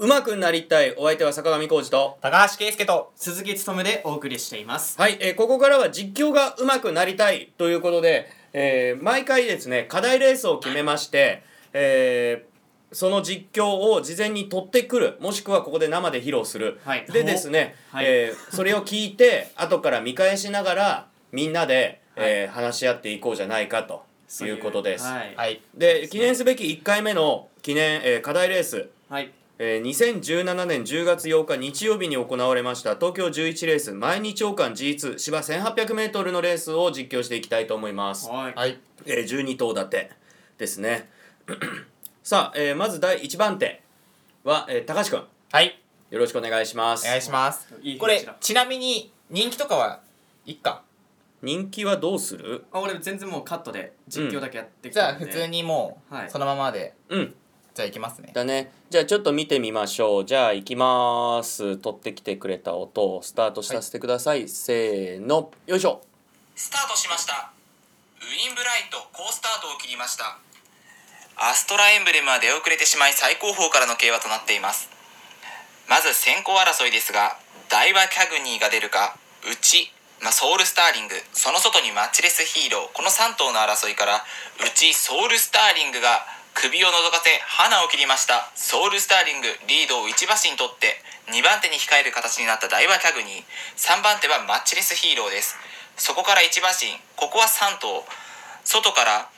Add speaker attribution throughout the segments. Speaker 1: うまくなりたいお相手は坂上浩二と
Speaker 2: 高橋圭介と
Speaker 3: 鈴木努でお送りしています
Speaker 1: はい、えーここからは実況がうまくなりたいということで、えー毎回ですね課題レースを決めまして、えーその実況を事前に取ってくるもしくはここで生で披露する、
Speaker 3: はい
Speaker 1: でですね、
Speaker 3: はい
Speaker 1: えーそれを聞いて後から見返しながらみんなで、えー話し合っていこうじゃないかということです。
Speaker 3: はいは、
Speaker 2: はいい
Speaker 1: で記念すべき1回目の記念、えー課題レースえー2017年10月8日日曜日に行われました東京11レース毎日王冠 G2 芝 1800m のレースを実況していきたいと思います、
Speaker 3: はい
Speaker 2: はい
Speaker 1: えー12頭立てですね さあ、えーまず第1番手は、えー高橋君
Speaker 2: はい
Speaker 1: よろしくお願いします
Speaker 2: お願いします
Speaker 3: いい
Speaker 2: こ
Speaker 3: 返事
Speaker 2: れ
Speaker 3: だ
Speaker 2: ちなみに人気とかはいっか
Speaker 1: 人気はどうする
Speaker 3: あ俺全然もうカットで実況だけやってき
Speaker 2: じゃ
Speaker 3: た
Speaker 2: あ
Speaker 3: んで、
Speaker 2: 普通にも
Speaker 3: はいう
Speaker 2: そのままで
Speaker 1: うん
Speaker 2: じゃあいきますね
Speaker 1: だねじゃあちょっと見てみましょうじゃあ行きます取ってきてくれた音をスタートさせてください、せーのよいしょ
Speaker 4: スタートしましたウィンブライト好スタートを切りましたアストラエンブレムは出遅れてしまい最後方からの競馬となっていますまず先行争いですがダイワキャグニーが出るかうち、まあ、ソウルスターリングその外にマッチレスヒーローこの3頭の争いからうちソウルスターリングが首を覗かせ花を切りましたソウルスターリングリードを1馬身取って2番手に控える形になったダイワキャグニー3番手はマッチレスヒーローですそこから1馬身ここは3頭外から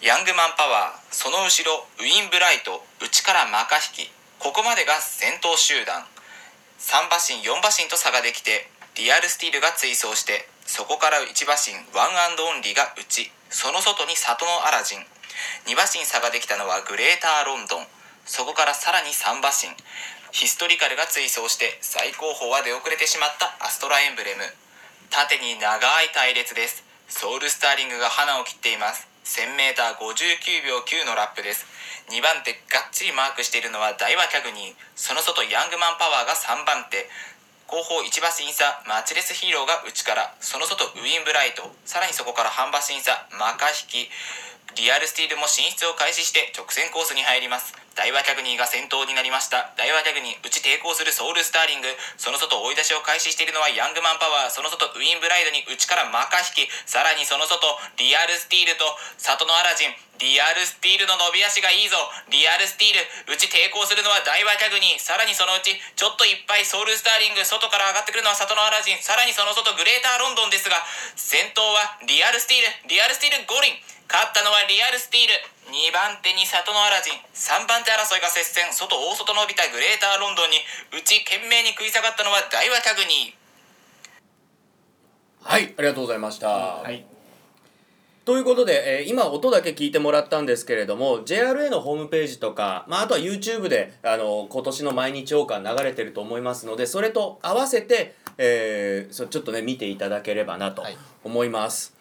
Speaker 4: ヤングマンパワーその後ろウィンブライト内からマカヒキここまでが先頭集団3馬身4馬身と差ができてリアルスティールが追走してそこから1馬身ワンオンリーが内その外に里のアラジン2馬身差ができたのはグレーターロンドンそこからさらに3馬身ヒストリカルが追走して最高峰は出遅れてしまったアストラエンブレム縦に長い隊列ですソウルスターリングが花を切っています 1000m59 秒9のラップです2番手がっちりマークしているのはダイワキャグニーその外ヤングマンパワーが3番手後方1馬身差マッチレスヒーローが内からその外ウィンブライトさらにそこから半馬身差マカヒキリアルスティールも進出を開始して直線コースに入りますダイワキャグニーが先頭になりましたダイワキャグニー内抵抗するソウルスターリングその外追い出しを開始しているのはヤングマンパワーその外ウィンブライドに内からマカヒキさらにその外リアルスティールと里のアラジンリアルスティールの伸び足がいいぞリアルスティール内抵抗するのはダイワキャグニーさらにそのうちちょっといっぱいソウルスターリング外から上がってくるのは里のアラジンさらにその外グレーターロンドンですが先頭はリアルスティールリアルスティール五輪勝ったのはリアルスティール2番手に里のアラジン3番手争いが接戦外大外伸びたグレーターロンドンにうち懸命に食い下がったのはダイワキャグニー
Speaker 1: はいありがとうございました、
Speaker 3: はい
Speaker 1: ということで、えー今音だけ聞いてもらったんですけれども JRA のホームページとか、まあ、あとは YouTube であの今年の毎日王冠流れてると思いますのでそれと合わせて、えーそちょっとね見ていただければなと
Speaker 2: はい
Speaker 1: 思います、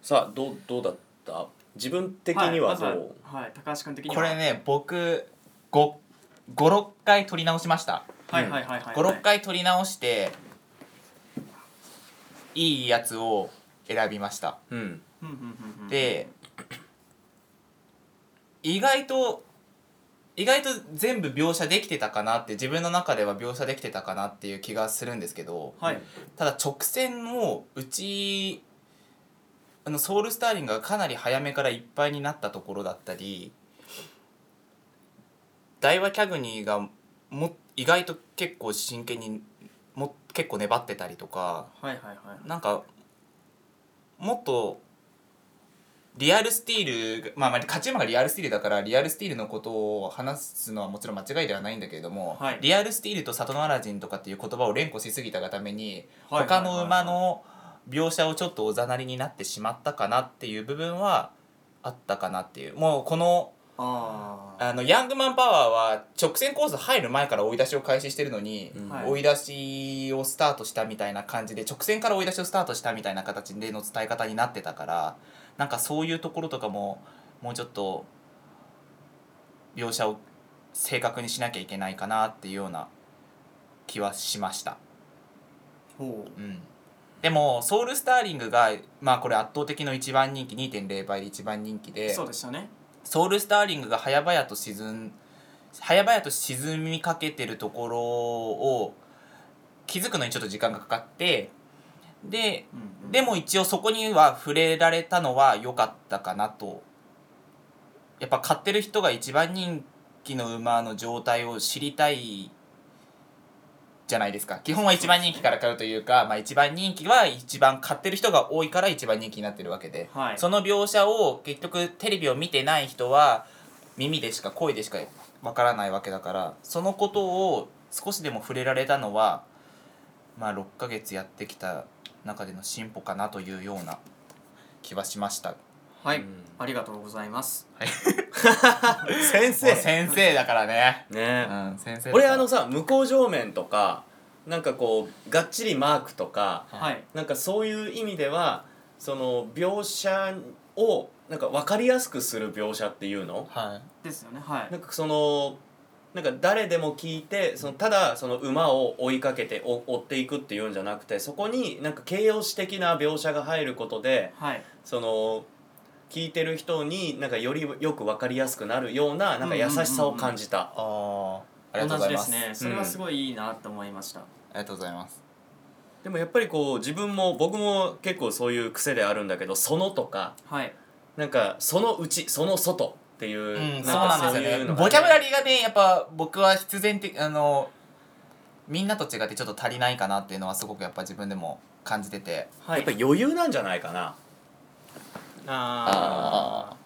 Speaker 1: さあどうどうだった自分的にはどう、
Speaker 3: いまずははい、高橋君的には
Speaker 2: これね僕56回撮り直しました
Speaker 3: はいはいはいはい、
Speaker 2: 56回撮り直していいやつを選びました
Speaker 1: うん
Speaker 3: うんうんうんうん
Speaker 2: で意外と意外と全部描写できてたかなって自分の中では描写できてたかなっていう気がするんですけど
Speaker 3: はい
Speaker 2: ただ直線をうちあのソウルスターリンがかなり早めからいっぱいになったところだったりダイワキャグニーがも意外と結構真剣にも結構粘ってたりとか
Speaker 3: はいはいはい
Speaker 2: なんかもっとリアルスティールがまあまあ勝ち馬がリアルスティールだからリアルスティールのことを話すのはもちろん間違いではないんだけれども、
Speaker 3: はい
Speaker 2: リアルスティールと里のアラジンとかっていう言葉を連呼しすぎたがために
Speaker 3: はい
Speaker 2: 他の馬の描写をちょっとおざなりになってしまったかなっていう部分はあったかなっていうもうこの
Speaker 3: あー
Speaker 2: あのヤングマンパワーは直線コース入る前から追い出しを開始してるのに、
Speaker 1: うん
Speaker 3: はい
Speaker 2: 追い出しをスタートしたみたいな感じで直線から追い出しをスタートしたみたいな形での伝え方になってたからなんかそういうところとかももうちょっと描写を正確にしなきゃいけないかなっていうような気はしました。
Speaker 3: ほう
Speaker 2: うん、でもソウルスターリングが、まあ、これ圧倒的の1番人気2.0倍で1番人気で
Speaker 3: そうでしたね
Speaker 2: ソウルスターリングが早々と沈ん
Speaker 4: 早々と沈みかけてるところを気づくのにちょっと時間がかかってで
Speaker 3: うんうん
Speaker 4: でも一応そこには触れられたのは良かったかなとやっぱ買ってる人が一番人気の馬の状態を知りたいじゃないですか基本は一番人気から買うというか、まあ、一番人気は一番買ってる人が多いから一番人気になってるわけで、
Speaker 3: はい
Speaker 4: その描写を結局テレビを見てない人は耳でしか声でしかわからないわけだからそのことを少しでも触れられたのはまあ6ヶ月やってきた中での進歩かなというような気はしました
Speaker 3: はい、
Speaker 1: うん
Speaker 3: ありがとうございます
Speaker 1: 先
Speaker 4: もう先生だからね、う
Speaker 1: ね
Speaker 4: ん、先生だから
Speaker 1: 俺あのさ向こう正面とかなんかこうがっちりマークとか
Speaker 3: はい
Speaker 1: なんかそういう意味ではその描写をなんか分かりやすくする描写っていうの
Speaker 4: はい
Speaker 3: ですよねはい
Speaker 1: なんかそのなんか誰でも聞いてそのただその馬を追いかけてお追っていくっていうんじゃなくてそこになんか形容詞的な描写が入ることで
Speaker 3: はい
Speaker 1: その聞いてる人になんかよりよく分かりやすくなるようななんか優しさを感じた。
Speaker 4: あーありがとう
Speaker 3: 同
Speaker 4: ござい
Speaker 3: じで
Speaker 4: ます
Speaker 3: すねそれはすごいいいなと思いました、
Speaker 4: ありがとうございます
Speaker 1: でもやっぱりこう自分も僕も結構そういう癖であるんだけど「その」とか
Speaker 3: はい
Speaker 1: なんかそのうちその外っていう、
Speaker 4: うん、そう
Speaker 1: か
Speaker 4: なんですよね
Speaker 1: そういうのが
Speaker 4: ボキャブラリーがねやっぱ僕は必然的あのみんなと違ってちょっと足りないかなっていうのはすごくやっぱ自分でも感じてて
Speaker 3: はい
Speaker 1: やっぱり余裕なんじゃないかな
Speaker 3: あ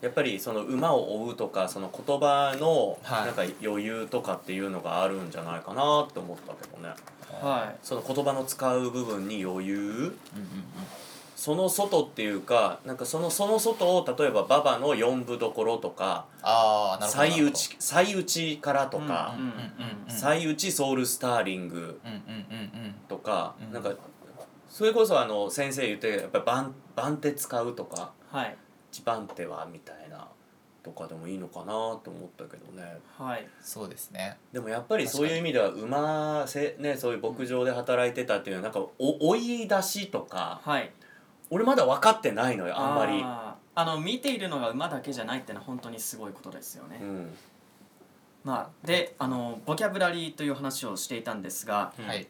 Speaker 1: やっぱりその馬を追うとかその言葉の
Speaker 4: はい
Speaker 1: なんか余裕とかっていうのがあるんじゃないかなって思ったけどね
Speaker 3: あは
Speaker 1: その言葉の使う部分に余裕
Speaker 4: うんうんうん
Speaker 1: その外っていうかなんかそのその外を例えば馬場の四分どころとか
Speaker 4: ああなるほど
Speaker 1: 最
Speaker 4: なるほど
Speaker 1: 内最内からと
Speaker 4: う
Speaker 1: か
Speaker 4: んうんうんうん
Speaker 1: 最内ソウルスターリング
Speaker 4: うんうんうんうん
Speaker 1: とか、
Speaker 4: うん
Speaker 1: なんかそれこそあの先生言ってやっぱり番番手使うとか
Speaker 3: いはい
Speaker 1: 一番手はみたいなとかでもいいのかなと思ったけどね
Speaker 3: はい
Speaker 4: そうですね
Speaker 1: でもやっぱりそういう意味では馬せ、ね、そういう牧場で働いてたっていうのはなんかお追い出しとか
Speaker 3: はい
Speaker 1: 俺まだ分かってないのよあんまり。
Speaker 3: あーあの見ているのが馬だけじゃないってのは本当にすごいことですよね、
Speaker 1: うん
Speaker 3: まあであのボキャブラリーという話をしていたんですが
Speaker 1: うん
Speaker 4: はい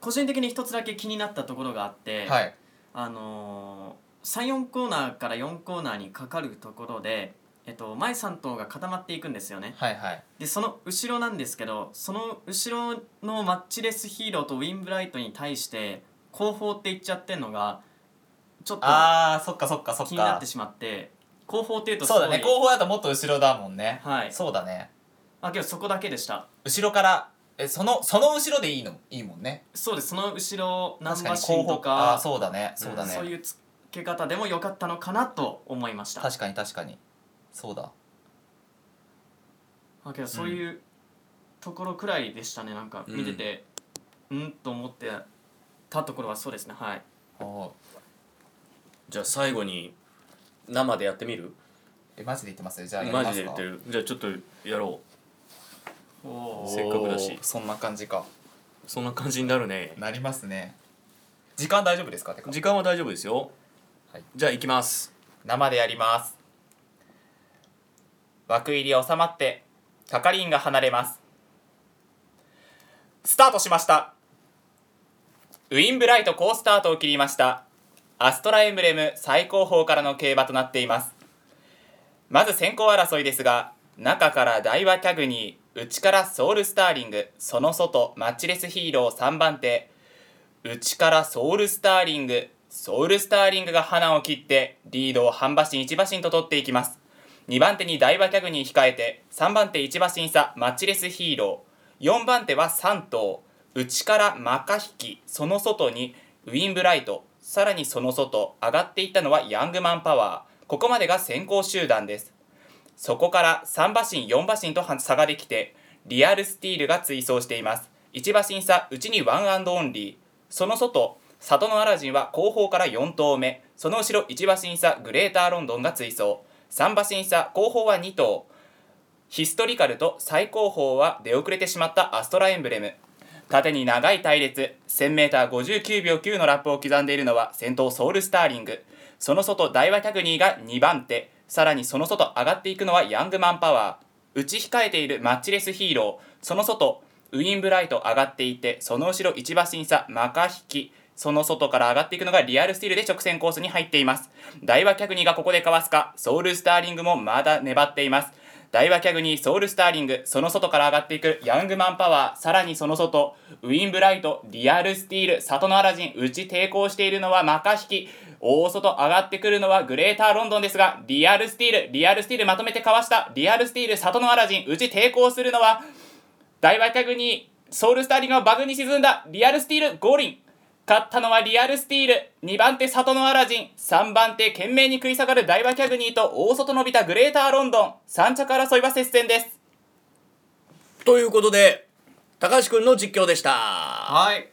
Speaker 3: 個人的に一つだけ気になったところがあって、
Speaker 4: はい
Speaker 3: あのー、34コーナーから4コーナーにかかるところで、えっと、前3頭が固まっていくんですよね
Speaker 4: はいはい
Speaker 3: でその後ろなんですけどその後ろのマッチレスヒーローとウィンブライトに対して後方って言っちゃってんのがちょっと
Speaker 4: あーそっかそっかそっか
Speaker 3: 気になってしまって後方っていうとす
Speaker 4: そ
Speaker 3: ご
Speaker 4: う
Speaker 3: い
Speaker 4: だね後方だともっと後ろだもんね
Speaker 3: はい
Speaker 4: そうだね
Speaker 3: あけどそこだけでした
Speaker 4: 後ろからえそのその後ろでいいのいいもんね
Speaker 3: そうですその後ろ難
Speaker 4: 確か
Speaker 3: 波
Speaker 4: に後
Speaker 3: 神
Speaker 4: 方
Speaker 3: と
Speaker 4: かあー
Speaker 3: か
Speaker 4: そうだねそうだね
Speaker 3: そういうつけ方でも良かったのかなと思いました
Speaker 4: 確かに確かにそうだ
Speaker 3: あけどそういううところくらいでしたねなんか
Speaker 1: うん
Speaker 3: 見ててうんと思ってたところはそうですねはい
Speaker 4: おー
Speaker 1: じゃあ最後に生でやってみる
Speaker 4: えマジで言ってますじゃあやりま
Speaker 1: マ
Speaker 4: すか
Speaker 1: ジで言ってるじゃあちょっとやろ
Speaker 3: おお
Speaker 1: せっかくだし
Speaker 4: おーそんな感じか
Speaker 1: うそんな感じになるね
Speaker 4: なりますね時間大丈夫ですかてか
Speaker 1: 時間は大丈夫ですよ、
Speaker 4: はい
Speaker 1: じゃあ行きます
Speaker 4: 生でやります枠入り収まって係員が離れますスタートしましたウィンブライト好スタートを切りましたアストラエンブレム最高峰からの競馬となっていますまず先行争いですが中からダイワキャグニー内からソウルスターリングその外マッチレスヒーロー3番手内からソウルスターリングソウルスターリングが花を切ってリードを半馬身1馬身と取っていきます2番手に大馬キャグに控えて3番手1馬身差マッチレスヒーロー4番手は3頭内からマカヒキその外にウィンブライトさらにその外上がっていったのはヤングマンパワーここまでが先行集団ですそこから3馬身4馬身と差ができてリアルスティールが追走しています1馬身差うちにワンアンドオンリーその外里のアラジンは後方から4頭目その後ろ1馬身差グレーターロンドンが追走3馬身差後方は2頭ヒストリカルと最高峰は出遅れてしまったアストラエンブレム縦に長い隊列 1000m59 秒9のラップを刻んでいるのは先頭ソウルスターリングその外ダイワキャグニーが2番手さらにその外上がっていくのはヤングマンパワー打ち控えているマッチレスヒーローその外ウィンブライト上がっていてその後ろ1馬身差マカヒキその外から上がっていくのがリアルスティールで直線コースに入っていますダイワキャグニーがここでかわすかソウルスターリングもまだ粘っていますダイワキャグニーソウルスターリングその外から上がっていくヤングマンパワーさらにその外ウィンブライトリアルスティール里のアラジンうち抵抗しているのはマカヒキ大外上がってくるのはグレーターロンドンですがリアルスティールリアルスティールまとめてかわしたリアルスティール里のアラジンうち抵抗するのは大イワキャグにソウルスターリングはバグに沈んだリアルスティールゴーリン勝ったのはリアルスティール2番手里のアラジン3番手懸命に食い下がる大イワキャグニーと大外伸びたグレーターロンドン3着争いは接戦です
Speaker 1: ということで高橋くんの実況でした
Speaker 3: はい